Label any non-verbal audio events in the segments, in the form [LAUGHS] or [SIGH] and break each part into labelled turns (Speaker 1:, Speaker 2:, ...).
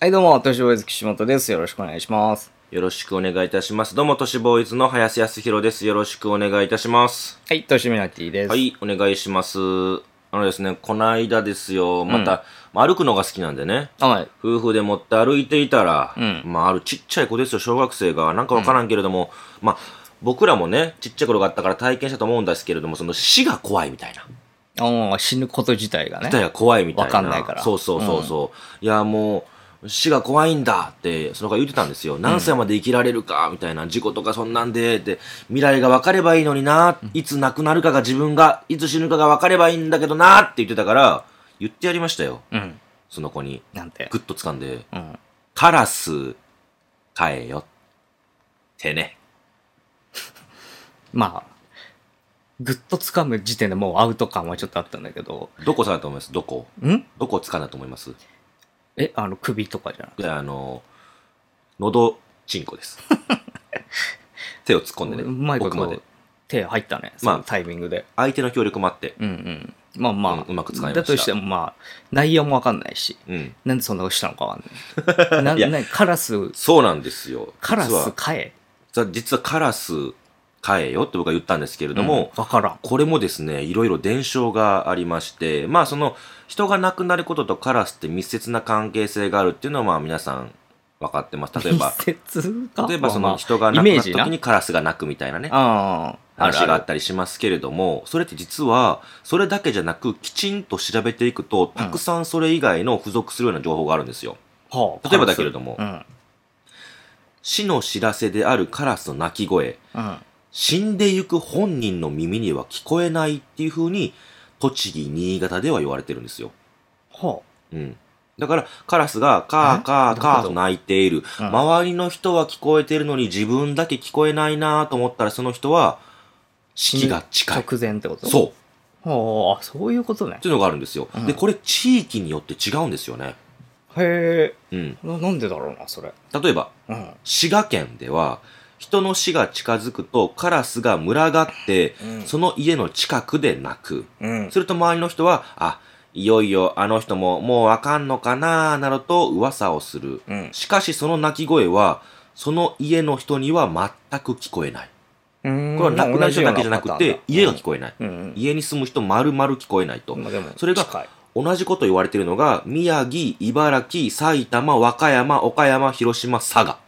Speaker 1: はい、どうも、としぼいず岸本です。よろしくお願いします。
Speaker 2: よろしくお願いいたします。どうも、都市ボーイズの林康弘です。よろしくお願いいたします。
Speaker 1: はい、としみなティです。
Speaker 2: は。い、お願いします。あのですね、こないだですよ、また、まあ歩くのが好きなんでね、
Speaker 1: はい。
Speaker 2: 夫婦でもって歩いていたら、
Speaker 1: ん
Speaker 2: まあ、あるちっちゃい子ですよ、小学生が、なんかわからんけれども、まあ、僕らもね、ちっちゃい頃があったから体験したと思うんですけれども、その死が怖いみたいな。
Speaker 1: ああ、死ぬこと自体がね。
Speaker 2: 自体が怖いみたいな。
Speaker 1: わかんないから
Speaker 2: そうそうそうそう。いや、もう、死が怖いんだって、その子が言ってたんですよ。何歳まで生きられるか、みたいな。事故とかそんなんで、って。未来が分かればいいのにな、いつ亡くなるかが自分が、いつ死ぬかが分かればいいんだけどな、って言ってたから、言ってやりましたよ。
Speaker 1: うん。
Speaker 2: その子に。
Speaker 1: なんて。
Speaker 2: ぐっと掴んで、
Speaker 1: うん。
Speaker 2: カラス、飼えよ。ってね。
Speaker 1: まあ、ぐっと掴む時点でもうアウト感はちょっとあったんだけど。
Speaker 2: どこさんだと思いますどこ
Speaker 1: ん
Speaker 2: どこ掴んだと思います
Speaker 1: え、あの、首とかじゃなくて。
Speaker 2: あの、喉チン
Speaker 1: [LAUGHS]
Speaker 2: コです。手を突っ込んでね、
Speaker 1: うまいこ
Speaker 2: 奥まで
Speaker 1: と。手入ったね。
Speaker 2: まあ
Speaker 1: そのタイミングで。
Speaker 2: 相手の協力もあって、
Speaker 1: うんうん。まあまあ、
Speaker 2: うんうまく使いました
Speaker 1: だとしてもまあ、内容もわかんないし。
Speaker 2: うん。
Speaker 1: なんでそんなことしたのかわか
Speaker 2: [LAUGHS]
Speaker 1: んない。
Speaker 2: いや
Speaker 1: な、な、カラス、
Speaker 2: そうなんですよ。
Speaker 1: カラ
Speaker 2: 実
Speaker 1: ス
Speaker 2: は
Speaker 1: 飼え。
Speaker 2: ざ実はカラス飼えよって僕は言ったんですけれども、
Speaker 1: うんわからん。
Speaker 2: これもですね、いろいろ伝承がありまして、まあその人が亡くなることとカラスって密接な関係性があるっていうのはまあ皆さん分かってます。例えば、
Speaker 1: [LAUGHS] 密接か
Speaker 2: 例えばそ
Speaker 1: まあま
Speaker 2: の
Speaker 1: あ
Speaker 2: 人が亡
Speaker 1: イ
Speaker 2: く
Speaker 1: メ
Speaker 2: な
Speaker 1: ー
Speaker 2: った
Speaker 1: ジな
Speaker 2: 時にカラスが鳴くみたいなね、
Speaker 1: ああ、ある
Speaker 2: 話があ
Speaker 1: あ
Speaker 2: っ
Speaker 1: る。
Speaker 2: たりしますけれども、それって実は、それだけじゃなく、きちんと調べていくと、たくさんそれ以外の付属するような情報があるんですよ。
Speaker 1: はあ
Speaker 2: 例えばだけれども
Speaker 1: うん。
Speaker 2: 死の知らせであるカラスの鳴き声、
Speaker 1: うん。
Speaker 2: 死んでゆく本人の耳には聞こえないっていう風に、栃木、新潟では言われてるんですよ。
Speaker 1: は
Speaker 2: うん。だから、カラスが、カーカー
Speaker 1: え
Speaker 2: カーと鳴いている。
Speaker 1: うん
Speaker 2: 周りの人は聞こえてるのに自分だけ聞こえないなと思ったら、その人は、死期が
Speaker 1: あ、
Speaker 2: 近い。
Speaker 1: 直前ってこと
Speaker 2: そう。
Speaker 1: う。はあ、そういうことね
Speaker 2: っ。ていうのがあるんですよ。
Speaker 1: うん
Speaker 2: で、これ地域によって違うんですよね。
Speaker 1: へ
Speaker 2: うん。
Speaker 1: え、ななんでだろうな、それ。
Speaker 2: 例えば、
Speaker 1: うん。
Speaker 2: 滋賀県では、人の死が近づくとカラスが群がって、
Speaker 1: うん
Speaker 2: その家の近くで鳴く。
Speaker 1: うん。
Speaker 2: すると周りの人は、あ、いよいよあの人ももうわかんのかななどと噂をする。
Speaker 1: うん
Speaker 2: しかしその鳴き声は、その家の人には全く聞こえない。これは亡くなる人だけじゃなくて、家が聞こえない。
Speaker 1: えうん。
Speaker 2: 家に住む人丸々聞こえないと。
Speaker 1: まあでも、
Speaker 2: それが
Speaker 1: 近い
Speaker 2: 同じこと言われてるのが、宮城、茨城、埼玉、和歌山、岡山、広島、佐賀。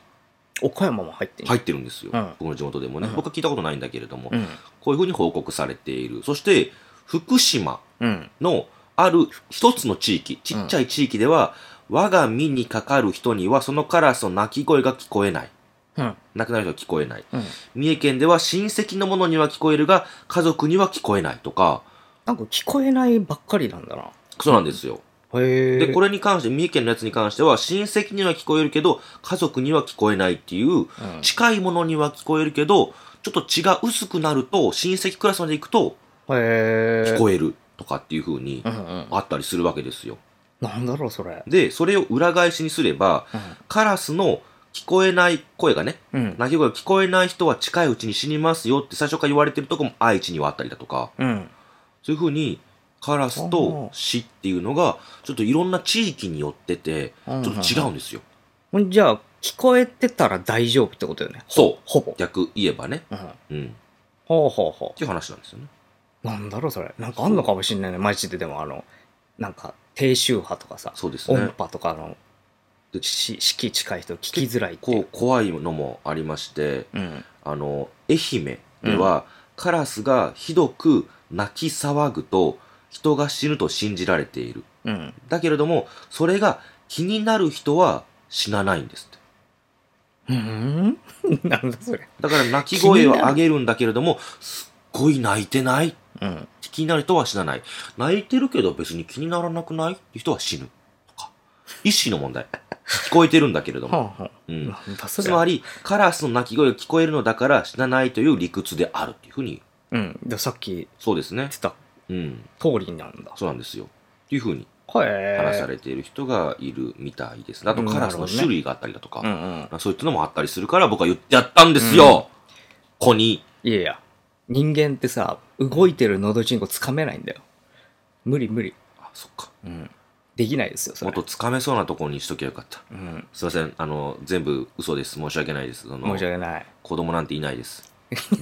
Speaker 1: 岡山も入っていい
Speaker 2: 入ってるんですよ。
Speaker 1: うん
Speaker 2: 僕の地元でもね、
Speaker 1: うん
Speaker 2: 僕は聞いたことないんだけれども、
Speaker 1: うん。
Speaker 2: こういうふうに報告されている。そして、福島
Speaker 1: うん。
Speaker 2: のある一つの地域、ちっちゃい地域では、我が身にかかる人にはそのカラスの鳴き声が聞こえない。
Speaker 1: うん。
Speaker 2: 亡くなる人は聞こえない。
Speaker 1: うん。
Speaker 2: 三重県では親戚の者には聞こえるが、家族には聞こえないとか、
Speaker 1: なんか聞こえないばっかりなんだな。
Speaker 2: そうなんですよ。
Speaker 1: へえ。
Speaker 2: で、こ
Speaker 1: れ、
Speaker 2: れに関して、三重県のやつに関しては、親戚には聞こえるけど、家族には聞こえないっていう、
Speaker 1: うん
Speaker 2: 近いものには聞こえるけど、ちょっと血が薄くなると、親戚クラスまで行くと、
Speaker 1: へえ。
Speaker 2: 聞こえるとかっていう風に
Speaker 1: う、んうん。
Speaker 2: あったりするわけですよ。
Speaker 1: なんだろう、それ。
Speaker 2: で、それを裏返しにすれば、カラスの聞こえない声がね、
Speaker 1: うん。うん。
Speaker 2: 鳴き声が聞こえない人は近いうちに死にますよって最初から言われてるとこも愛知にはあったりだとか、
Speaker 1: うん。
Speaker 2: そういう風に、カラスと死っていうのが、ちょっといろんな地域によってて、ちょっと違うんですよ。
Speaker 1: ほんじゃあ、聞こえてたら大丈夫ってことよね。
Speaker 2: そう。
Speaker 1: ほぼ。
Speaker 2: 逆言えばね。
Speaker 1: うん。
Speaker 2: うん。っ
Speaker 1: ほうほうほ
Speaker 2: ていう話なんですよね。
Speaker 1: う。なんだろう、それ。なんかあんのかもしんないね。マジででも、あの、なんか、低周波とかさ、
Speaker 2: そうです
Speaker 1: 音
Speaker 2: ね。
Speaker 1: 波とかの、
Speaker 2: で
Speaker 1: し、式近い人聞きづらいってい
Speaker 2: こう
Speaker 1: う。
Speaker 2: 怖いのもありまして、
Speaker 1: うん。
Speaker 2: あの、愛媛では、カラスがひどく泣き騒ぐと、人が死ぬと信じられている。
Speaker 1: うん。
Speaker 2: だけれども、それが気になる人は死なないんですって。
Speaker 1: うんなんだそれ。
Speaker 2: だから泣き声を上げるんだけれども、すっごい泣いてない。
Speaker 1: うん。
Speaker 2: 気になる人は死なない。泣いてるけど別に気にならなくないって人は死ぬ。とか。意識の問題。聞こえてるんだけれど
Speaker 1: はあ
Speaker 2: も。
Speaker 1: は
Speaker 2: う
Speaker 1: あ。
Speaker 2: ん。
Speaker 1: なんだそ
Speaker 2: つ
Speaker 1: れ。
Speaker 2: まり、カラスの鳴き声が聞こえるのだから死なないという理屈であるっていうふうに、
Speaker 1: うん。で、さっき言
Speaker 2: そうですね
Speaker 1: っ。てた
Speaker 2: うん。
Speaker 1: 通りなんだ。
Speaker 2: そうなんですよ。っていうふうに
Speaker 1: へえ。
Speaker 2: 話されている人がいるみたいですね。あと、
Speaker 1: うん
Speaker 2: カラス
Speaker 1: な
Speaker 2: の
Speaker 1: るほどね
Speaker 2: 種類があったりだとか、
Speaker 1: うんうん。
Speaker 2: そういったのもあったりするから僕は言ってやったんですよ、子に。
Speaker 1: いやいや、人間ってさ、動いてる喉チンコつかめないんだよ。無理無理。
Speaker 2: あ、そっか。
Speaker 1: うん。できないですよ、そ
Speaker 2: もっ
Speaker 1: れ。
Speaker 2: とつかめそうなところにしときゃよかった。
Speaker 1: うん。
Speaker 2: すいません、あの、全部嘘です。申し訳ないです。その
Speaker 1: 申し訳ない。
Speaker 2: 子供なんていないです。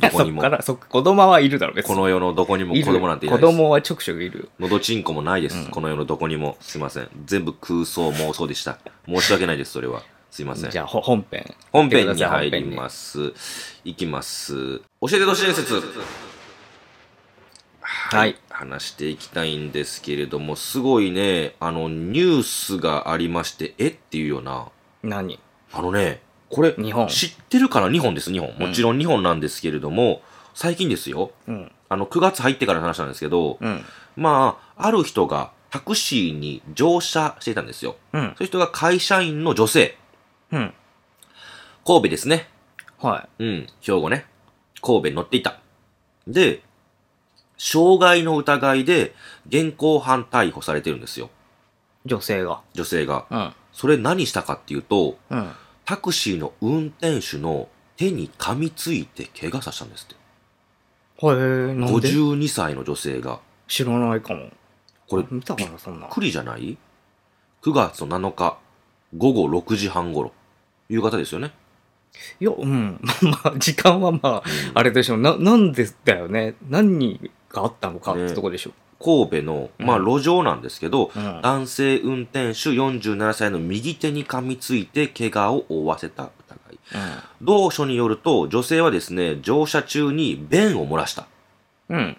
Speaker 2: どこ
Speaker 1: [LAUGHS] そ
Speaker 2: に
Speaker 1: っ
Speaker 2: も
Speaker 1: か。ら、そっか子供はいるだろ、別
Speaker 2: この世のどこにも
Speaker 1: い
Speaker 2: 子
Speaker 1: る
Speaker 2: 供なんていない
Speaker 1: 子
Speaker 2: です。
Speaker 1: 供はちょくちょくいるよ。
Speaker 2: のどちんこもないです。この世のどこにも。すいません。全部空想、妄想でした。申し訳ないです、それは。すいません
Speaker 1: じ。ゃあ、ほ本編。
Speaker 2: 本編
Speaker 1: 行
Speaker 2: に入
Speaker 1: ってく
Speaker 2: り
Speaker 1: ださい本編に
Speaker 2: ます。いきます。教えて都市伝説。は
Speaker 1: はい。
Speaker 2: 話していきたいんですけれども、すごいね、あの、ニュースがありまして、えっていうような、
Speaker 1: 何
Speaker 2: あのね、これ、
Speaker 1: 日本
Speaker 2: 知ってるかな日本です、日本。もちろん日本なんですけれども、最近ですよ、
Speaker 1: うん。
Speaker 2: あの、9月入ってからの話なんですけど、
Speaker 1: うん。
Speaker 2: まあ、ある人がタクシーに乗車していたんですよ。
Speaker 1: うん。
Speaker 2: そういう人が会社員の女性、
Speaker 1: うん。
Speaker 2: 神戸ですね。
Speaker 1: は
Speaker 2: うん、兵庫ね。神戸に乗っていた。で、傷害の疑いで現行犯逮捕されてるんですよ。
Speaker 1: い。女性が。
Speaker 2: 女性が。
Speaker 1: うん。
Speaker 2: それ何したかっていうと、
Speaker 1: うん。
Speaker 2: タクシーの運転手の手に噛みついて怪我させたんですって。
Speaker 1: へえ、なんで
Speaker 2: 52歳の女性が。
Speaker 1: 知らないかも。
Speaker 2: これ、びっ
Speaker 1: 見たかな、そんな。
Speaker 2: くりじゃない ?9 月の7日、午後6時半頃。夕方ですよね。
Speaker 1: いや、うん。まあ、時間はまあ、あれでしょう。な、なんでだよね。何があったのかってとこでしょう。
Speaker 2: 神戸の、まあ、
Speaker 1: うん
Speaker 2: 路上なんですけど、
Speaker 1: うん
Speaker 2: 男性運転手47歳の右手に噛みついて怪我を負わせた疑い。同書によると、女性はですね、乗車中に便を漏らした。
Speaker 1: うん。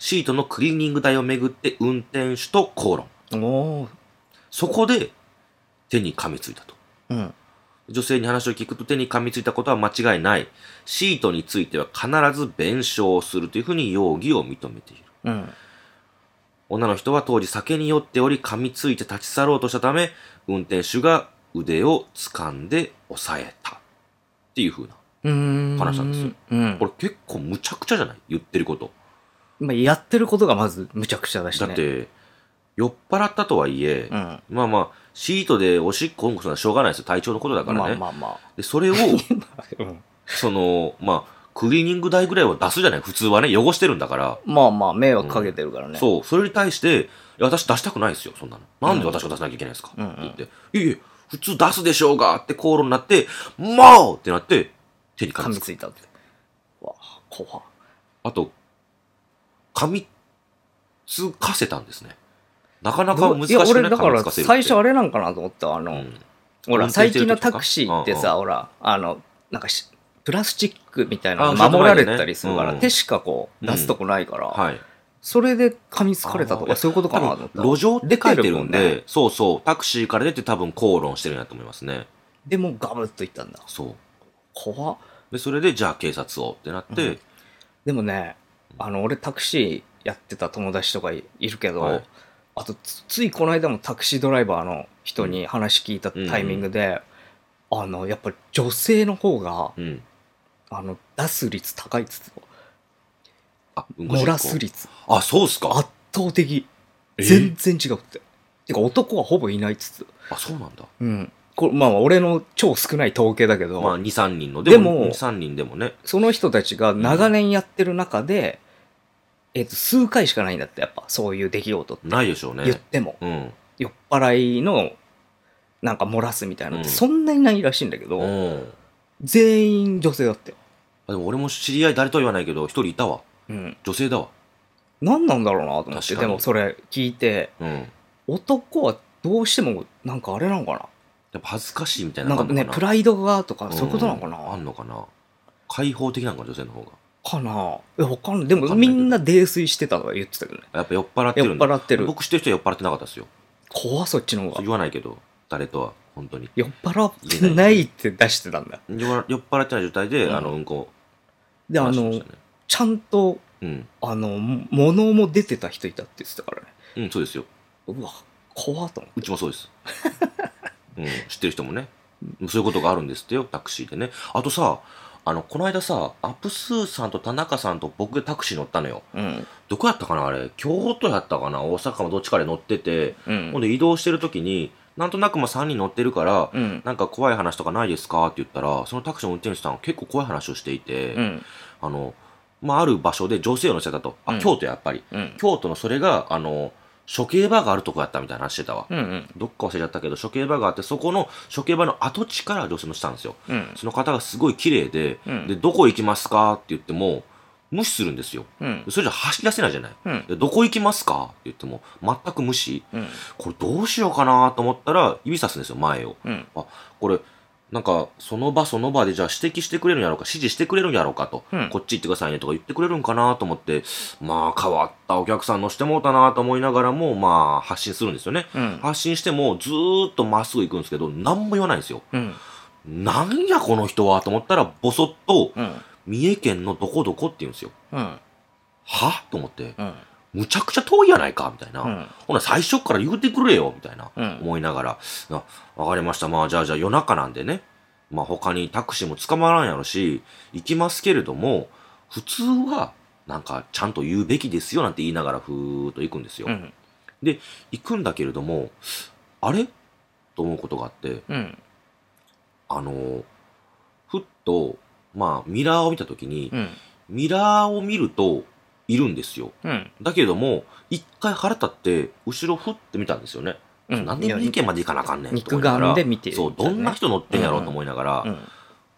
Speaker 2: シートのクリーニング代をめぐって運転手と口論。
Speaker 1: うん。おー
Speaker 2: そこで手に噛みついたと。
Speaker 1: うん。
Speaker 2: 女性に話を聞くと手に噛みついたことは間違いない。シートについては必ず弁償をするというふうに容疑を認めている。
Speaker 1: うん。
Speaker 2: 女の人は当時酒に酔っており噛みついて立ち去ろうとしたため、運転手が腕を掴んで押さえた。っていう風な。
Speaker 1: うーん。
Speaker 2: 話したんですよ。
Speaker 1: うん
Speaker 2: こ。れ結構むちゃくちゃじゃない言ってること。
Speaker 1: まあ、やってることがまずむちゃくちゃだし
Speaker 2: だ
Speaker 1: ね。
Speaker 2: っ、て、酔っ払ったとはいえ
Speaker 1: う、ん。
Speaker 2: まあまあ、シートでおしっこうんこするのはしょうがないですよ。体調のことだからね。
Speaker 1: まあまあ
Speaker 2: [LAUGHS]
Speaker 1: ま
Speaker 2: で、それを、
Speaker 1: あ。うん
Speaker 2: その、まあ、クリーニング代ぐらいは出すじゃない普通はね、汚してるんだから。
Speaker 1: まあまあ、迷惑かけてるからね。
Speaker 2: そう、それに対して、いや私出したくないですよ、そんなの。なんで私が出さなきゃいけないんですか、
Speaker 1: うんうん
Speaker 2: って言って、いやいや、普通出すでしょうがって口論になって、もうってなって、手に噛
Speaker 1: 噛
Speaker 2: み
Speaker 1: み
Speaker 2: つく。
Speaker 1: ついたって。わあ、怖っ
Speaker 2: あと、噛みつかせたんですね。なかなか難し
Speaker 1: い
Speaker 2: いね
Speaker 1: や、俺、だか
Speaker 2: 噛み
Speaker 1: ら
Speaker 2: つ、かせるって
Speaker 1: 最初あれなんかなと思った。あ
Speaker 2: う
Speaker 1: の、
Speaker 2: ん
Speaker 1: ほ
Speaker 2: 運
Speaker 1: ら、
Speaker 2: 転
Speaker 1: 最
Speaker 2: してる
Speaker 1: 近の
Speaker 2: 時とか
Speaker 1: タクシーって
Speaker 2: うん
Speaker 1: さ、ほら、あの、なんかし、プラスチックみたいな
Speaker 2: あ
Speaker 1: のが守られ
Speaker 2: そういうの
Speaker 1: た
Speaker 2: ね
Speaker 1: りするから、
Speaker 2: うん
Speaker 1: 手しかこう、出すとこないから、
Speaker 2: はい。
Speaker 1: それで噛みつかれたと
Speaker 2: あー
Speaker 1: か、そういうことかなと思
Speaker 2: 多
Speaker 1: った。
Speaker 2: 分路上って書い
Speaker 1: 出て
Speaker 2: てるんで、
Speaker 1: るもんね
Speaker 2: そうそう、タクシーから出て多分口論してるんだと思いますね。
Speaker 1: でも、ガブッといったんだ。
Speaker 2: そう。
Speaker 1: 怖っ
Speaker 2: で、それで、じゃあ警察をってなって、
Speaker 1: うんでもね、あの、俺タクシーやってた友達とかいいるけど、
Speaker 2: はい
Speaker 1: あとつ、ついこの間もタクシードライバーの人に話聞いたタイミングで、あの、やっぱり女性の方が、
Speaker 2: うん。
Speaker 1: あの、出す率高いっつってた
Speaker 2: あ、うんこしっ
Speaker 1: 漏
Speaker 2: こ
Speaker 1: らす率
Speaker 2: あ、そうっすか。
Speaker 1: 圧倒的。
Speaker 2: え
Speaker 1: 全然違うって。てか男はほぼいないっつってた。
Speaker 2: あ、そうなんだ。
Speaker 1: うん。これ、まあ俺の超少ない統計だけど、
Speaker 2: まあ、2、3人の。
Speaker 1: で
Speaker 2: で
Speaker 1: も
Speaker 2: も、2、3人でもね。
Speaker 1: その人たちが長年やってる中で、えっ、と、数回しかないんだって、やっぱ、そういう出来事って。
Speaker 2: ないでしょう
Speaker 1: 言っ
Speaker 2: ね。
Speaker 1: ても。
Speaker 2: うん。
Speaker 1: 酔っ払いのなんか漏らすみたいなのって
Speaker 2: うん
Speaker 1: そんなにないらしいんだけど、
Speaker 2: うん。
Speaker 1: 全員女性だって、
Speaker 2: あでも、俺も知り合い誰とは言わないけど、一人いたわ。
Speaker 1: うん、
Speaker 2: 女性だわ。
Speaker 1: 何なんだろうなと思っ
Speaker 2: 確か
Speaker 1: て
Speaker 2: に
Speaker 1: でもそれ聞いて
Speaker 2: うん。や
Speaker 1: 男はどうしてもなんかあれなのか
Speaker 2: っぱ恥ずかしいみたい
Speaker 1: な
Speaker 2: な
Speaker 1: な
Speaker 2: の
Speaker 1: ん
Speaker 2: が
Speaker 1: か
Speaker 2: あるの
Speaker 1: ねプライドがとかそういうことなのか
Speaker 2: うんあ
Speaker 1: な、
Speaker 2: んのかな。開放的なのかな、女性の方が。
Speaker 1: かないやわかんないで
Speaker 2: わか
Speaker 1: も
Speaker 2: んな
Speaker 1: み
Speaker 2: いけど
Speaker 1: んな泥酔してたとか言ってたけどね
Speaker 2: やっぱ酔っ払って
Speaker 1: 酔っ
Speaker 2: るんだ。
Speaker 1: 払ってる
Speaker 2: 僕知ってる人は酔っ払ってなかったですよ。
Speaker 1: 怖そっちの
Speaker 2: そう
Speaker 1: 方が
Speaker 2: 言わないけど、誰とは、本当に。
Speaker 1: 酔っ払ってないって出してたんだ
Speaker 2: 酔っ払酔っ払ってない状態で、
Speaker 1: うん
Speaker 2: あの、うんこ。
Speaker 1: であ
Speaker 2: 話してま
Speaker 1: の
Speaker 2: したね
Speaker 1: ちゃんと
Speaker 2: うん。
Speaker 1: あの物も出てた人いたって言ってたからね
Speaker 2: うん、そうですよ。
Speaker 1: うわ怖っと思って
Speaker 2: うちもそうです。 [LAUGHS] うん、知ってる人もね。そういうことがあるんですってよ、タクシーでね。あとさ、あの、この間さ、アップスーさんと田中さんと僕でタクシー乗ったのよ。
Speaker 1: うん
Speaker 2: どこやったかなあれ。京都やったかな大阪もどっちかで乗ってて。
Speaker 1: うん
Speaker 2: ほんで移動してる時に、なんとなくまあ3人乗ってるから、
Speaker 1: うん。
Speaker 2: なんか怖い話とかないですかって言ったら、そのタクシーの運転手さんは結構怖い話をしていて、
Speaker 1: うん。
Speaker 2: あの、まあ、ある場所で女性を乗せたと。あ、
Speaker 1: うん
Speaker 2: 京都やっぱり。
Speaker 1: うん。
Speaker 2: 京都のそれが、あの、処刑場があるとこやったみたいな話してたわ。
Speaker 1: うんうん
Speaker 2: どっか忘れちゃったけど、処刑場があって、そこの処刑場の跡地から女性のしたんですよ。
Speaker 1: うん
Speaker 2: その方がすごい綺麗で、
Speaker 1: うん
Speaker 2: で、どこ行きますかって言っても、無視するんですよ。
Speaker 1: うん
Speaker 2: それじゃ走り出せないじゃない。
Speaker 1: うん
Speaker 2: でどこ行きますかって言っても、全く無視。
Speaker 1: うん
Speaker 2: これどうしようかなと思ったら、指さすんですよ、前を。
Speaker 1: うん
Speaker 2: あ、これ、なんか、その場その場で、じゃあ指摘してくれるんやろうか、指示してくれるんやろうかと、
Speaker 1: うん
Speaker 2: こっち行ってくださいねとか言ってくれるんかなと思って、まあ、変わったお客さん乗してもうたなと思いながらも、まあ、発信するんですよね。
Speaker 1: うん
Speaker 2: 発信しても、ずーっとまっすぐ行くんですけど、何も言わないんですよ。
Speaker 1: うん
Speaker 2: なんや、この人はと思ったら、ぼそっと、
Speaker 1: うん
Speaker 2: 三重県のどこどこって言うんですよ。
Speaker 1: うん
Speaker 2: はと思って、
Speaker 1: うん
Speaker 2: むちゃくちゃ遠いやないかみたいな。
Speaker 1: うん
Speaker 2: ほな、最初から言うてくれよみたいな、
Speaker 1: うん
Speaker 2: 思いながら、なわかりました。まあ、じゃあ、じゃあ夜中なんでね。まあ、他にタクシーも捕まらんやろし、行きますけれども、普通は、なんか、ちゃんと言うべきですよなんて言いながら、ふーっと行くんですよ。
Speaker 1: うん
Speaker 2: で、行くんだけれども、あれと思うことがあって、
Speaker 1: うん
Speaker 2: あの、ふっと、まあ、ミラーを見たときに、
Speaker 1: うん
Speaker 2: ミラーを見ると、いるんですよ。
Speaker 1: うん
Speaker 2: だけれども、一回腹立って、後ろふって見たんですよね。
Speaker 1: うん
Speaker 2: なんで三重県まで行かなあかんねんと思
Speaker 1: 肉
Speaker 2: いながら
Speaker 1: 眼で見てる
Speaker 2: そう、どんな人乗ってんやろうと思いながら、
Speaker 1: うん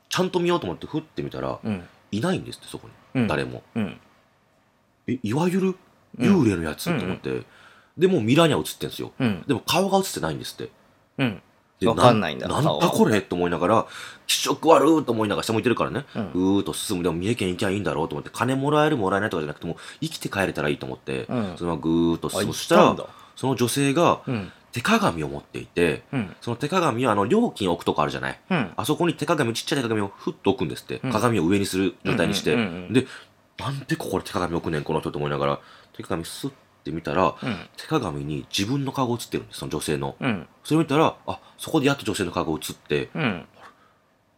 Speaker 2: ちゃんと見ようと思って、ふって見たら、
Speaker 1: うん
Speaker 2: いないんですって、そこに。
Speaker 1: うん
Speaker 2: 誰も。
Speaker 1: うん
Speaker 2: え、いわゆる
Speaker 1: うん
Speaker 2: 幽霊のやつと思って。で、もうミラーには映ってんですよ。
Speaker 1: うん
Speaker 2: でも顔が映ってないんですって。
Speaker 1: うん
Speaker 2: で
Speaker 1: わかんないんだ
Speaker 2: な
Speaker 1: 顔
Speaker 2: んだこれと思いながら、気色悪いと思いながら下向いてるからね。
Speaker 1: う
Speaker 2: うんーっと進む。でも三重県行きゃいいんだろうと思って、金もらえるもらえないとかじゃなくても、生きて帰れたらいいと思って、
Speaker 1: うん
Speaker 2: そのままぐーっと進む。
Speaker 1: あ
Speaker 2: そした
Speaker 1: 行
Speaker 2: ら
Speaker 1: ったんだ、
Speaker 2: その女性が
Speaker 1: うん
Speaker 2: 手鏡を持っていて、
Speaker 1: うん
Speaker 2: その手鏡はあの料金置くとこあるじゃない。
Speaker 1: うん
Speaker 2: あそこに手鏡、ちっちゃい手鏡をふっと置くんですって。
Speaker 1: うん
Speaker 2: 鏡を上にする状態にして。
Speaker 1: うんうんうんうん
Speaker 2: で、なんでここに手鏡置くねん、この人と思いながら、手鏡スッて見たら、
Speaker 1: うん
Speaker 2: 手鏡に自分の顔が映ってるんです、その女性の。
Speaker 1: うん
Speaker 2: それ見たら、あ、そこでやっと女性の顔が映って、
Speaker 1: うん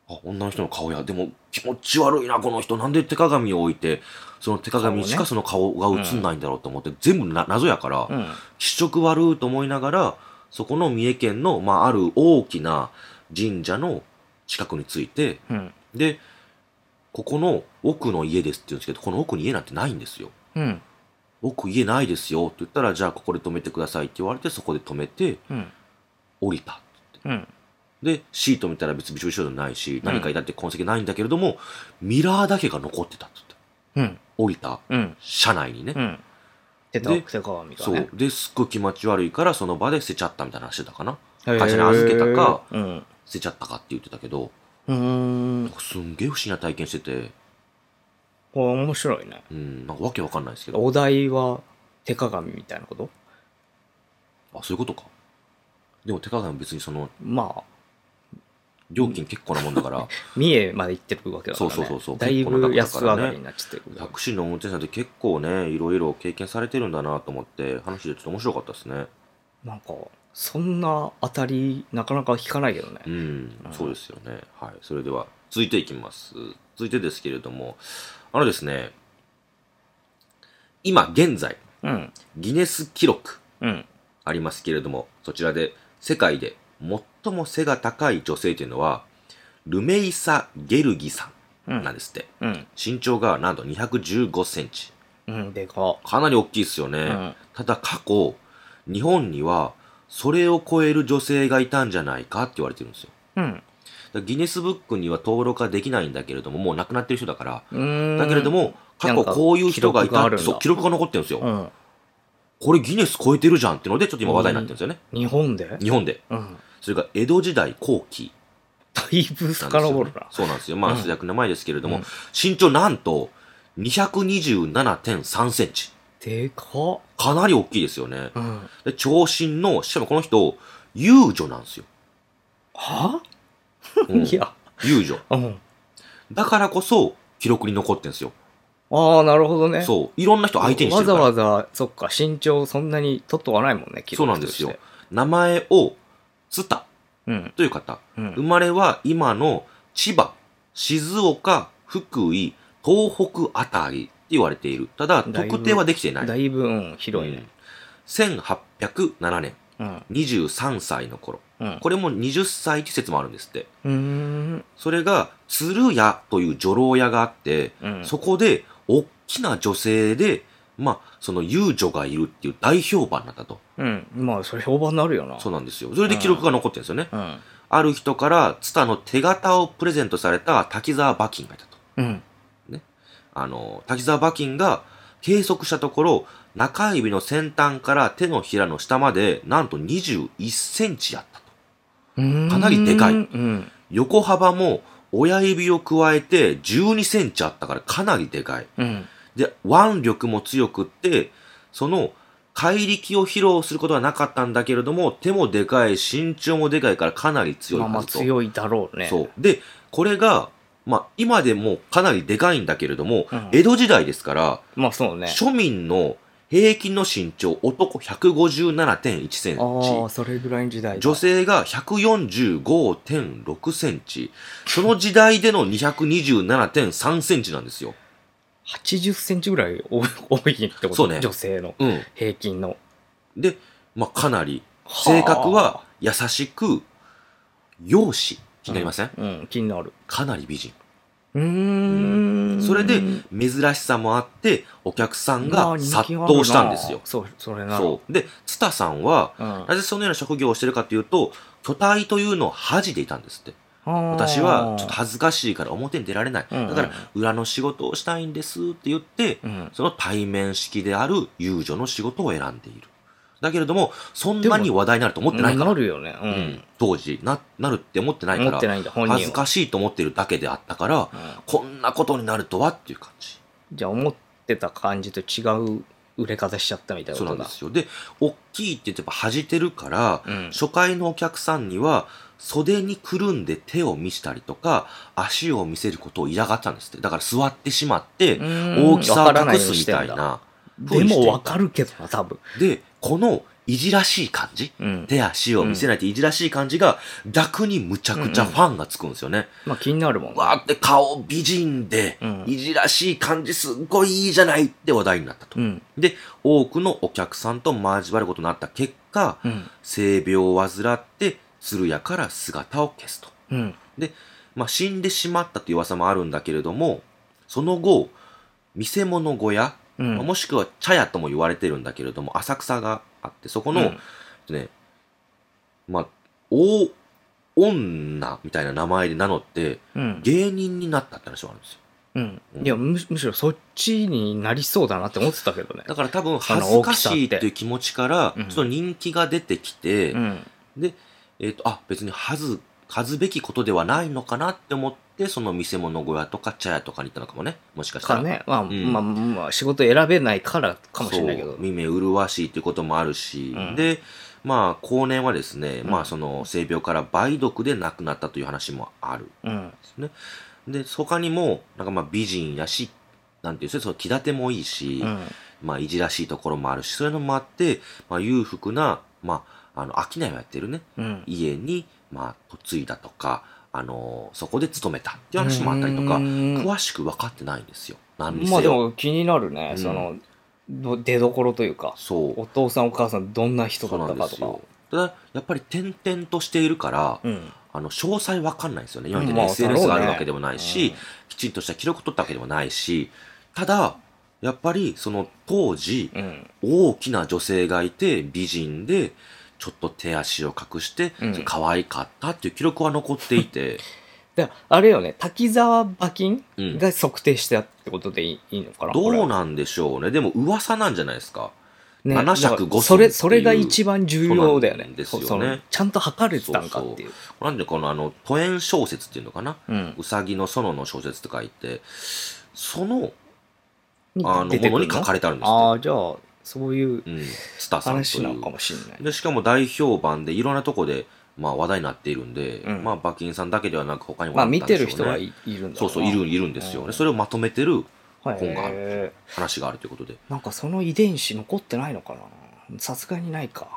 Speaker 2: あ、女の人の顔や。でも気持ち悪いな、この人。なんで手鏡を置いて、その手鏡にしかその顔が映んないんだろうと思って、全部な謎やから、
Speaker 1: うん
Speaker 2: 気色悪いと思いながら、そこの三重県の、まあ、ある大きな神社の近くについて、
Speaker 1: うん
Speaker 2: で、ここの奥の家ですって言うんですけど、この奥に家なんてないんですよ。
Speaker 1: うん
Speaker 2: 奥家ないですよって言ったら、じゃあここで止めてくださいって言われて、そこで止めて、
Speaker 1: うん
Speaker 2: 降りた。
Speaker 1: うんで
Speaker 2: で、シート見たら別にびしょびしょでもない
Speaker 1: ん
Speaker 2: し、何かいたって痕跡ないんだけれども、ミラーだけが残ってたって言っ
Speaker 1: う
Speaker 2: て、
Speaker 1: ん
Speaker 2: 降りた
Speaker 1: うん
Speaker 2: 車内にね。
Speaker 1: うん出た
Speaker 2: で
Speaker 1: 手鏡が
Speaker 2: そ
Speaker 1: ね
Speaker 2: う。で、すっごい気持ち悪いから、その場で捨てちゃったみたいな話してたかな。
Speaker 1: へー
Speaker 2: 会社に預けたか
Speaker 1: うん
Speaker 2: 捨てちゃったかって言ってたけど、
Speaker 1: うーん
Speaker 2: なんかすんげえ不思議な体験してて、
Speaker 1: これ面白いね
Speaker 2: うん、なんかわけわかんないですけど、
Speaker 1: お題は手鏡みたいなこと
Speaker 2: あ、そういうことか。でも手鏡も別にその、
Speaker 1: まあ
Speaker 2: 料金結構なもん
Speaker 1: [LAUGHS]
Speaker 2: だから、
Speaker 1: 三重まで行ってるわけだからね
Speaker 2: そうそうそうそう
Speaker 1: だい
Speaker 2: 結構な
Speaker 1: ぶ
Speaker 2: 額だ
Speaker 1: 安
Speaker 2: から
Speaker 1: 上
Speaker 2: ね
Speaker 1: がりになっちゃってる
Speaker 2: タクシーの運転手さんって結構ね、いろいろ経験されてるんだなと思って、話でちょっと面白かったですね。
Speaker 1: なんかそんな当たりなかなか引かないけどね
Speaker 2: うん
Speaker 1: う、ん
Speaker 2: そうですよね。はい。それでは、続いていきます。続いてですけれども、あのですね、今現在、
Speaker 1: うん
Speaker 2: ギネス記録
Speaker 1: うん
Speaker 2: ありますけれども、そちらで、世界で最も背が高い女性というのは、ルメイサ・ゲルギさ
Speaker 1: うんん
Speaker 2: なんですって。
Speaker 1: うん
Speaker 2: 身長がなんと215センチ。
Speaker 1: うんでか
Speaker 2: かなり大きいですよね、
Speaker 1: ん
Speaker 2: ただ過去日本にはそれを超える女性がいたんじゃないかって言われてるんですよ
Speaker 1: うん
Speaker 2: だからギネスブックには登録はできないんだけれどももう亡くなってる人だから
Speaker 1: うーん
Speaker 2: だけれども過
Speaker 1: なん
Speaker 2: 去
Speaker 1: か
Speaker 2: こういう人がい
Speaker 1: 記録が
Speaker 2: た
Speaker 1: あるんだ
Speaker 2: そう記録が残ってるんですよ、
Speaker 1: うん
Speaker 2: これギネス超えてるじゃんってのでちょっと今話題になってるんですよね、
Speaker 1: 日本で
Speaker 2: 日本で
Speaker 1: うん
Speaker 2: それが江戸時代後期
Speaker 1: だいぶ
Speaker 2: なんですよね
Speaker 1: 遡るな
Speaker 2: そうなんですよまあ
Speaker 1: うん
Speaker 2: 数百年前ですけれど
Speaker 1: う
Speaker 2: も、
Speaker 1: ん
Speaker 2: 身長なんと227.3センチ
Speaker 1: でかっ
Speaker 2: かなり大きいですよね
Speaker 1: うんは
Speaker 2: で、長身の、しかもこの人、遊女なんですよ。うん
Speaker 1: [LAUGHS] いや
Speaker 2: 遊女。
Speaker 1: うん
Speaker 2: だからこそ、記録に残ってんですよ。
Speaker 1: ああなるほどね
Speaker 2: そう。いろんな人相手にして
Speaker 1: わ
Speaker 2: るか
Speaker 1: ざ
Speaker 2: ら。
Speaker 1: わざそっか身長そんなに取っとかないもんね記
Speaker 2: そう
Speaker 1: 録
Speaker 2: なん
Speaker 1: と
Speaker 2: で
Speaker 1: し
Speaker 2: す
Speaker 1: て
Speaker 2: よ。名前を、つた
Speaker 1: うん
Speaker 2: という方。
Speaker 1: う
Speaker 2: 生
Speaker 1: ん
Speaker 2: まれは今の千葉、静岡、福井、東北あたりって言われている。ただ、
Speaker 1: だいぶ
Speaker 2: 特定はできていない。
Speaker 1: だいぶうん広い
Speaker 2: うん
Speaker 1: ね
Speaker 2: 1807年、
Speaker 1: うん
Speaker 2: 23歳の頃。
Speaker 1: うん
Speaker 2: これも20歳って説もあるんですって。
Speaker 1: うーん
Speaker 2: それが、鶴屋という女郎屋があって、
Speaker 1: うん
Speaker 2: そこで、大きな女性で、まあ、その遊女がいるっていう大評判だったと。
Speaker 1: うん。まあ、それ評判になるよな。
Speaker 2: そうなんですよ。それで記録が残ってるんですよね。
Speaker 1: うん。
Speaker 2: ある人から、ツタの手形をプレゼントされた滝沢馬琴がいたと。
Speaker 1: うん。
Speaker 2: あの、滝沢馬琴が計測したところ、中指の先端から手のひらの下まで、なんと21センチあったと。
Speaker 1: うん
Speaker 2: かなりでかい
Speaker 1: うん。
Speaker 2: 横幅も親指を加えて12センチあったからかなりでかい。
Speaker 1: うん。
Speaker 2: で、腕力も強くって、その、怪力を披露することはなかったんだけれども、手もでかい、身長もでかいからかなり強い
Speaker 1: まあまあ
Speaker 2: はずと。
Speaker 1: 強いだろうね。
Speaker 2: そう。で、これが、まあ、今でもかなりでかいんだけれども、
Speaker 1: うん
Speaker 2: 江戸時代ですから、
Speaker 1: まあそうね。
Speaker 2: 庶民の平均の身長、男157.1
Speaker 1: あ
Speaker 2: セン
Speaker 1: あ、それぐらいの時代だ。
Speaker 2: チ、女性が145.6センチ、その時代での227.3センチなんですよ。
Speaker 1: 80センチぐらい多い多いってこと
Speaker 2: そうね
Speaker 1: 女性の
Speaker 2: うん。
Speaker 1: 平均の。
Speaker 2: で、まあ、かなり、
Speaker 1: はあ
Speaker 2: 性格は優しく、容姿、気になりません、
Speaker 1: うん、気になる。
Speaker 2: かなり美人。
Speaker 1: うーん。
Speaker 2: それで、珍しさもあって、お客さんが殺到したんですよ。
Speaker 1: そう、それなら。
Speaker 2: そう。で、ツタさんは、
Speaker 1: うん
Speaker 2: なぜそのような職業をしてるかというと、巨体というのを恥じていたんですって。私は、ちょっと、恥ずかしいから表に出られない。
Speaker 1: うん
Speaker 2: だから、裏の仕事をしたいんですって言って、
Speaker 1: あーうん。
Speaker 2: その対面式である遊女の仕事を選んでいる。だけれども、そんなに話題になると思ってないから。
Speaker 1: なるよね。う
Speaker 2: うんん。当時な、なるって思ってない
Speaker 1: 持
Speaker 2: か
Speaker 1: って
Speaker 2: ら、
Speaker 1: ないんだ、本人は。
Speaker 2: 恥ずかしいと思ってるだけであったから、
Speaker 1: うん
Speaker 2: こんなことになるとはっていう感じ。
Speaker 1: じゃあ、思ってた感じと違う売れ方しちゃったみたいな
Speaker 2: そう
Speaker 1: こ
Speaker 2: な
Speaker 1: と
Speaker 2: んで
Speaker 1: だ。
Speaker 2: すよ。で、大きいってやっぱ恥じてるから、
Speaker 1: うん
Speaker 2: 初回のお客さんには、袖にくるんで手を見したりとか、足を見せることを嫌がってたんですって。だから座ってしまって、
Speaker 1: うん
Speaker 2: 大きさを隠すみたいな。
Speaker 1: でもわか
Speaker 2: る。
Speaker 1: るけどな、多分。
Speaker 2: で、このいじらしい感じ、
Speaker 1: うん。
Speaker 2: 手足を見せないっていじらしい感じが、逆にむちゃくちゃファンがつくんですよね。
Speaker 1: まあ気になるもん。
Speaker 2: わーって顔美人で
Speaker 1: うん、
Speaker 2: いじらしい感じすっごいいいじゃないって話題になったと。
Speaker 1: うん。
Speaker 2: で、多くのお客さんと交わることになった結果、
Speaker 1: うん。
Speaker 2: 性病を患って、鶴屋から姿を消すと。
Speaker 1: うん。
Speaker 2: で、まあ、死んでしまったという噂もあるんだけれども、その後、見せ物小屋、
Speaker 1: うん
Speaker 2: まあもしくは茶屋とも言われてるんだけれども、浅草があって、そこ
Speaker 1: こ
Speaker 2: の、ね、まあ、大女みたいな名前で名乗って、
Speaker 1: うん。
Speaker 2: 芸人になったって話もあるんですよ。
Speaker 1: うん。いやむ、むしろそっちになりそうだなって思ってたけどね。
Speaker 2: だから多分
Speaker 1: その
Speaker 2: 恥ず
Speaker 1: 大
Speaker 2: か
Speaker 1: きさっ
Speaker 2: しい
Speaker 1: て
Speaker 2: っていう気持ちから
Speaker 1: うん、
Speaker 2: その人気が出てきて、
Speaker 1: うん。
Speaker 2: で、えっ、と、あ、別に恥ず、恥ずべきことではないのかなって思って、その見せ物小屋とか茶屋とかに行ったのかもね。もしかした
Speaker 1: か
Speaker 2: ら。
Speaker 1: ね。まあ、
Speaker 2: ん
Speaker 1: まあ、まあ、仕事選べないからかもしれないけど
Speaker 2: そう。耳麗しいっていうこともあるし、
Speaker 1: うん
Speaker 2: で、まあ、後年はですね、
Speaker 1: うん
Speaker 2: まあ、その、性病から梅毒で亡くなったという話もあるん
Speaker 1: う
Speaker 2: で
Speaker 1: ん。
Speaker 2: すね。で、他にも、なんかまあ、美人やし、なんていうんですか、その気立てもいいし、
Speaker 1: うん。
Speaker 2: まあ、いじらしいところもあるし、そういうのもあって、まあ、裕福な、まあ、あの、商いをやってるね、
Speaker 1: うん。
Speaker 2: 家に、まあ、嫁いだとか、あのそこで勤めたっていう話もあったりとか、
Speaker 1: うん
Speaker 2: 詳しく分かってないんですよ。何に
Speaker 1: まあで
Speaker 2: せよ。
Speaker 1: も気になるね。
Speaker 2: うん
Speaker 1: その、ど出どころというか、
Speaker 2: そう。
Speaker 1: お父さんお母さんどんな人
Speaker 2: そう
Speaker 1: だった
Speaker 2: なんで
Speaker 1: か
Speaker 2: す
Speaker 1: とか
Speaker 2: よ。。ただ、やっぱり点々としているから、
Speaker 1: うん。
Speaker 2: あの、詳細分かんないんですよね。今みたい
Speaker 1: ま
Speaker 2: に
Speaker 1: あ
Speaker 2: SNS があ
Speaker 1: だろう
Speaker 2: る
Speaker 1: ね
Speaker 2: わけでもないし、
Speaker 1: うん
Speaker 2: きちんとした記録取ったわけでもないし、ただ、やっぱり、その当時、
Speaker 1: うん。
Speaker 2: 大きな女性がいて美人でちょっと手足を隠して、
Speaker 1: うん
Speaker 2: 可愛かったっていう記録は残ってい
Speaker 1: [LAUGHS]
Speaker 2: て
Speaker 1: だからあれよね、滝沢馬琴
Speaker 2: うん
Speaker 1: が測定してたってことでいい,、いいのかな
Speaker 2: ど
Speaker 1: これ
Speaker 2: うなんでしょうねでも噂なんじゃないですか
Speaker 1: ね
Speaker 2: 7尺
Speaker 1: だから
Speaker 2: 5寸
Speaker 1: そ
Speaker 2: ってい
Speaker 1: れ
Speaker 2: う
Speaker 1: それが一番重要だよ
Speaker 2: そうな
Speaker 1: ね
Speaker 2: んですよね
Speaker 1: そのちゃんと測れてたんかっていう
Speaker 2: なんでこのあの都園小説っていうのかな、
Speaker 1: うん
Speaker 2: うさぎの園の小説って書いてその
Speaker 1: に
Speaker 2: あの
Speaker 1: 出てく
Speaker 2: もの
Speaker 1: る
Speaker 2: に書かれてあるんですって
Speaker 1: ああじゃあそういう
Speaker 2: うん、スタさんと
Speaker 1: 話
Speaker 2: い
Speaker 1: な
Speaker 2: う
Speaker 1: のかもしれない、
Speaker 2: でしかも大評判でいろんなとこで、まあ、話題になっているんで、
Speaker 1: うん
Speaker 2: まあ馬琴さんだけではなく他にも
Speaker 1: まあ
Speaker 2: い
Speaker 1: 見
Speaker 2: たんで
Speaker 1: て
Speaker 2: しょう
Speaker 1: る
Speaker 2: ね
Speaker 1: 人はいいるんだ
Speaker 2: そうそういるいるんですよね、それをまとめてる
Speaker 1: 本
Speaker 2: 本がある話があるということで
Speaker 1: なんかその遺伝子残ってないのかなさすがにないか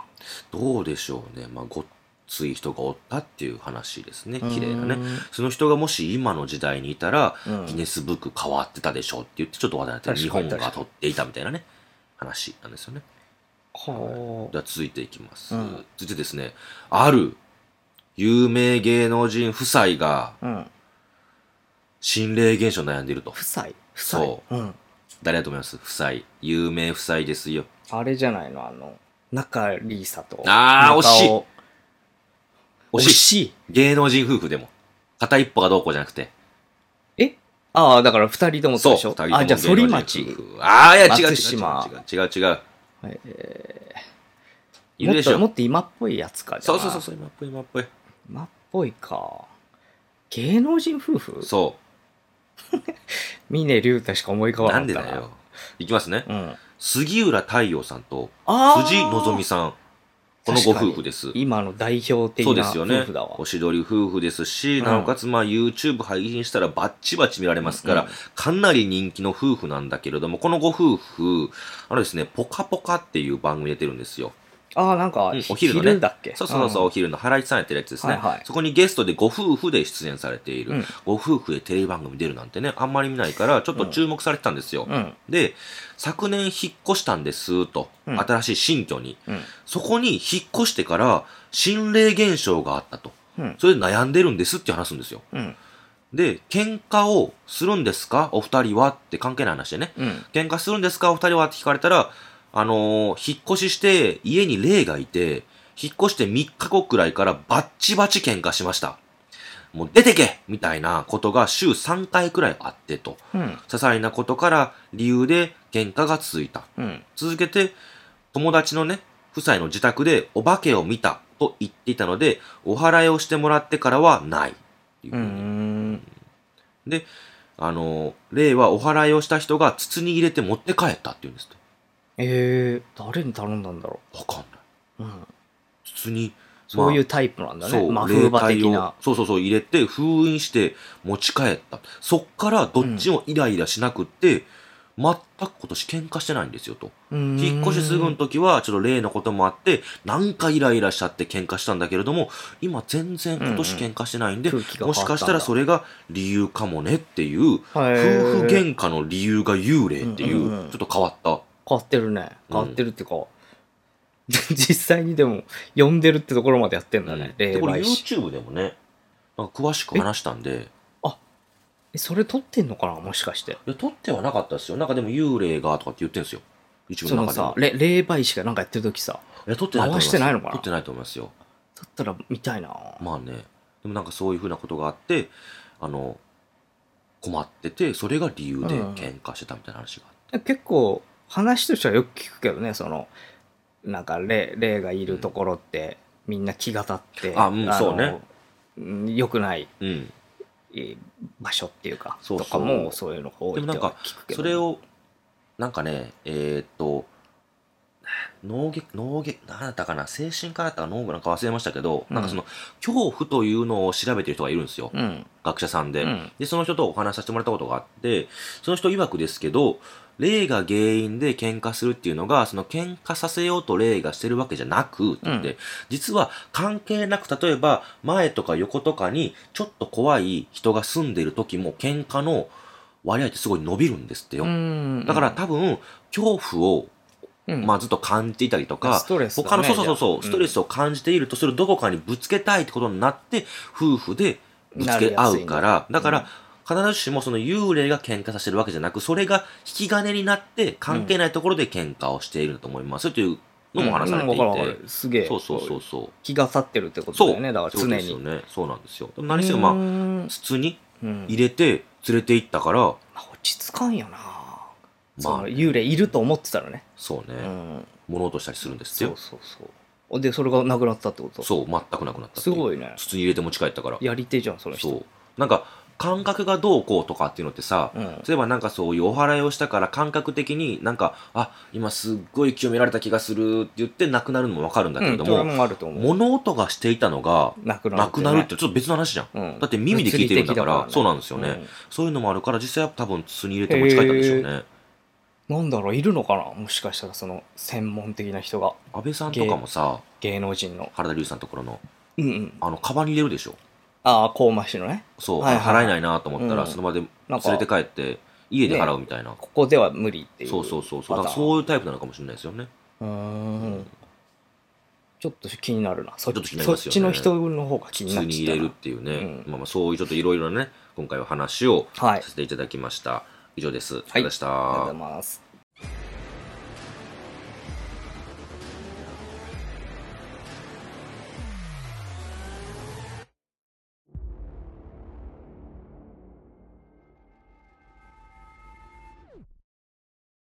Speaker 2: どうでしょうね。まあ、ごっつい人がおったっていう話ですね。
Speaker 1: うん
Speaker 2: 綺麗なね。その人がもし今の時代にいたら、
Speaker 1: うん
Speaker 2: ギネスブック変わってたでしょうって言ってちょっと話題になってる日
Speaker 1: 確かに
Speaker 2: 本が取っていたみたいなね、話なんですよね。
Speaker 1: は
Speaker 2: では続いていきます。
Speaker 1: うん
Speaker 2: 続いてですね、ある有名芸能人夫妻が
Speaker 1: あうん
Speaker 2: 心霊現象に悩んでいると。
Speaker 1: 夫妻夫妻、
Speaker 2: そう
Speaker 1: ん、
Speaker 2: 誰だと思います夫妻。有名夫妻ですよ。
Speaker 1: あれじゃないのあの、中里依紗と。
Speaker 2: あ
Speaker 1: 中尾
Speaker 2: ー惜し
Speaker 1: 惜
Speaker 2: い。
Speaker 1: しい。
Speaker 2: 芸能人夫婦でも。片一歩がどうこうじゃなくて。
Speaker 1: えああ、だから二人ともって
Speaker 2: そう。
Speaker 1: こ
Speaker 2: 二人
Speaker 1: とでしょあ、じゃ
Speaker 2: とも
Speaker 1: あ、
Speaker 2: 芸能
Speaker 1: 反
Speaker 2: 人
Speaker 1: 町
Speaker 2: 夫。婦。ああ、いや、違う違う違う
Speaker 1: 松島
Speaker 2: 違う違う違う。
Speaker 1: はい
Speaker 2: いるでし
Speaker 1: もっとも
Speaker 2: ょ。
Speaker 1: っと今っぽいやつか。じゃ
Speaker 2: そ
Speaker 1: あ
Speaker 2: うそうそうそう、今っぽい今っぽい。
Speaker 1: 今っぽいか。芸能人夫婦
Speaker 2: そ
Speaker 1: 峰竜太しか思い浮か
Speaker 2: う。
Speaker 1: ばな
Speaker 2: な
Speaker 1: かっ
Speaker 2: んで
Speaker 1: た
Speaker 2: だよ。いきますね。
Speaker 1: うん。
Speaker 2: 杉浦太陽さんと
Speaker 1: あー
Speaker 2: 辻希美さん。このご夫婦です。
Speaker 1: 今の代表的
Speaker 2: そうで
Speaker 1: な
Speaker 2: す
Speaker 1: 夫
Speaker 2: よね
Speaker 1: 婦だわ。。
Speaker 2: おしどり夫婦ですし、
Speaker 1: うん
Speaker 2: なおかつ、まあ、YouTube 配信したらバッチバチ見られますから、
Speaker 1: うん
Speaker 2: かなり人気の夫婦なんだけれども、このご夫婦、あのですね、ぽかぽかっていう番組出てるんですよ。
Speaker 1: ああ、なんか、
Speaker 2: うんお昼のね
Speaker 1: だっけ
Speaker 2: そうそうそう、お昼の原市さんやってるやつですね、
Speaker 1: はいはい
Speaker 2: そこにゲストでご夫婦で出演されている、
Speaker 1: うん
Speaker 2: ご夫婦でテレビ番組出るなんてね、あんまり見ないから、ちょっと注目されてたんですよ。
Speaker 1: うん。うん。
Speaker 2: で、昨年引っ越したんです、と、
Speaker 1: うん
Speaker 2: 新しい新居に。
Speaker 1: うん。
Speaker 2: そこに引っ越してから、心霊現象があったと。
Speaker 1: うん。
Speaker 2: それで悩んでるんですって話すんですよ。
Speaker 1: うん。
Speaker 2: で、喧嘩をするんですかお二人はって関係ない話でね。
Speaker 1: うん。
Speaker 2: 喧嘩するんですかお二人はって聞かれたら、あのー引っ越しして家に霊がいて、引っ越して3日後くらいからバッチバチ喧嘩しました。もう出てけみたいなことが週3回くらいあってと。
Speaker 1: うん。
Speaker 2: 些細なことから理由で喧嘩が続いた。
Speaker 1: うん。
Speaker 2: 続けて、友達のね、夫妻の自宅でお化けを見たと言っていたので、お祓いをしてもらってからはないっていう
Speaker 1: う
Speaker 2: ふうに。
Speaker 1: ん。
Speaker 2: で、あの、霊はお祓いをした人が筒に入れて持って帰ったって言うんですって。
Speaker 1: えー、誰に頼んだんだろ
Speaker 2: わかんない。
Speaker 1: う。うん。
Speaker 2: 筒に、
Speaker 1: そういううタイプなんだね。
Speaker 2: そう、
Speaker 1: まあ、風
Speaker 2: 霊
Speaker 1: 馬
Speaker 2: 体
Speaker 1: 的
Speaker 2: を
Speaker 1: な。
Speaker 2: そうそうそう、入れて封印して持ち帰った。そっからどっちもイライラしなくって、全く今年喧嘩してないんですよと。
Speaker 1: 引
Speaker 2: 引っ越しすぐの時はちょっと例のこともあってなんかイライラしちゃって喧嘩したんだけれども今全然今年喧嘩してないんで、
Speaker 1: うんうん空気が変わ
Speaker 2: も
Speaker 1: ったん
Speaker 2: し
Speaker 1: だ
Speaker 2: かしたらそれが理由かもねっていう
Speaker 1: 夫
Speaker 2: 夫婦喧嘩の理由が幽霊っていう、
Speaker 1: うんうんうん
Speaker 2: ちょっと変わった
Speaker 1: 変わってるね変わってるっていうか、 [LAUGHS] 実際にでも呼んでるってところまでやってんだね、霊
Speaker 2: でこれ
Speaker 1: 媒師
Speaker 2: YouTube でもねなんか詳しく話したんで
Speaker 1: えそれ撮ってんのかなもしかして
Speaker 2: いや撮ってはなかったですよなんかでも幽霊がとかって言ってるんですよ一部
Speaker 1: そ
Speaker 2: の
Speaker 1: の
Speaker 2: 中で
Speaker 1: さ
Speaker 2: も
Speaker 1: れ霊媒師がなんかやってる時さ
Speaker 2: いや撮ってないと思いま
Speaker 1: 回し
Speaker 2: す
Speaker 1: てないのかな
Speaker 2: 撮ってないと思いますよ
Speaker 1: 撮ったら見たいな
Speaker 2: まあね、でもなんかそういうふうなことがあって、あの、困ってて、それが理由で
Speaker 1: うん
Speaker 2: 喧嘩してたみたいな話があって。
Speaker 1: 結構話としてはよく聞くけどねそのなんか霊霊がいるところって、みんな気が立って
Speaker 2: あうん
Speaker 1: の
Speaker 2: そうね
Speaker 1: うん良くない
Speaker 2: うん。
Speaker 1: えー場所っていうか
Speaker 2: そうそう
Speaker 1: とかもそういうのが多いって
Speaker 2: でもなんか
Speaker 1: 聞くけど
Speaker 2: それを、なんかね、えーっと、脳外、脳外、何だったかな、精神科だったか脳なんか忘れましたけど、
Speaker 1: うん
Speaker 2: なんかその、恐怖というのを調べてる人がいるんですよ。
Speaker 1: うん
Speaker 2: 学者さんで、
Speaker 1: うん
Speaker 2: で、その人とお話しさせてもらったことがあって、その人曰くですけど、霊が原因で喧嘩するっていうのが、その喧嘩させようと霊がしてるわけじゃなく、って言って
Speaker 1: う
Speaker 2: 実は関係なく、例えば前とか横とかにちょっと怖い人が住んでる時も喧嘩の割合ってすごい伸びるんですってよ。
Speaker 1: うん
Speaker 2: だから多分、恐怖を、
Speaker 1: うん
Speaker 2: まあずっと感じていたりとか、
Speaker 1: ストレスだね
Speaker 2: 他の、そうそうそうそう、
Speaker 1: じゃあ
Speaker 2: ストレスを感じていると、それをどこかにぶつけたいってことになって、夫婦でぶつけ合うか
Speaker 1: な
Speaker 2: ら、だから、必ずしもその幽霊が喧嘩させてるわけじゃなく、それが引き金になって、関係ないところで喧嘩をしていると思います、というのも話されていて、
Speaker 1: うんうんわかるわかるすげえ
Speaker 2: そうそうそうそう。
Speaker 1: 気が立ってるってこと
Speaker 2: そう。
Speaker 1: だよねだから常
Speaker 2: そうですよ
Speaker 1: に
Speaker 2: ね。そうなんですよ。でも何せよ、まあ、
Speaker 1: あ
Speaker 2: 筒に
Speaker 1: うん、
Speaker 2: 入れて連れて行ったから、
Speaker 1: まあ落ち着かんよなま
Speaker 2: まあ
Speaker 1: あ、幽霊いると思ってたらね、
Speaker 2: そう
Speaker 1: う
Speaker 2: ね、
Speaker 1: ん、
Speaker 2: 物落としたりするんです
Speaker 1: そう
Speaker 2: よ。
Speaker 1: そうそうでそれがなくなったってこと
Speaker 2: そう、全くなくなったって
Speaker 1: す
Speaker 2: う
Speaker 1: ごいね
Speaker 2: 筒に入れて持ち帰ったから。
Speaker 1: やり手じゃんその人
Speaker 2: そう。なんか、感覚がどうこうとかっていうのってさ、
Speaker 1: うん
Speaker 2: 例えばなんかそういうお祓いをしたから感覚的になんか、あ、今すっごい清められた気がするって言ってなくなるのもわかるんだけれど
Speaker 1: うんそ
Speaker 2: も、
Speaker 1: れもあると思う
Speaker 2: 物音がしていたのが、
Speaker 1: なくなる
Speaker 2: なくなるってちょっと別の話じゃん。
Speaker 1: うん
Speaker 2: だって耳で聞いてるんだから、
Speaker 1: 物理的だからね
Speaker 2: そうなんですよね、
Speaker 1: うん
Speaker 2: そういうのもあるから、実際は多分筒に入れて持ち帰ったんでしょうね。
Speaker 1: なんだろういるのかなもしかしたらその専門的な人が
Speaker 2: 安倍さんとかもさ、
Speaker 1: 芸能人の
Speaker 2: 原田龍二さんのところの、
Speaker 1: うんうん
Speaker 2: あの、カバンに入れるでしょ。
Speaker 1: ああ高ましのね
Speaker 2: そう、
Speaker 1: はいはい
Speaker 2: 払えないなと思ったら、
Speaker 1: うん
Speaker 2: その場で連
Speaker 1: なんか
Speaker 2: れて帰って、家で払うみたいな。
Speaker 1: ここでは無理っていう
Speaker 2: そうそうそうそう。
Speaker 1: パ
Speaker 2: だ
Speaker 1: ター
Speaker 2: から
Speaker 1: ン
Speaker 2: そういうタイプなのかもしれないですよね。
Speaker 1: うーんちょっと気になるなそ
Speaker 2: ちょっと気になり
Speaker 1: そ
Speaker 2: ま
Speaker 1: っ
Speaker 2: すよね
Speaker 1: ちの人の方が気
Speaker 2: 普
Speaker 1: にな
Speaker 2: 通
Speaker 1: っ
Speaker 2: に
Speaker 1: ち
Speaker 2: 入
Speaker 1: ゃっ
Speaker 2: れ
Speaker 1: た
Speaker 2: るっ
Speaker 1: な
Speaker 2: ていうね、
Speaker 1: うん
Speaker 2: まあまあそういうちょっといろいろね今回は話を
Speaker 1: はい
Speaker 2: させていただきました、
Speaker 3: 以上です。
Speaker 2: はい
Speaker 3: ありがとうございました
Speaker 2: ありがとうございます。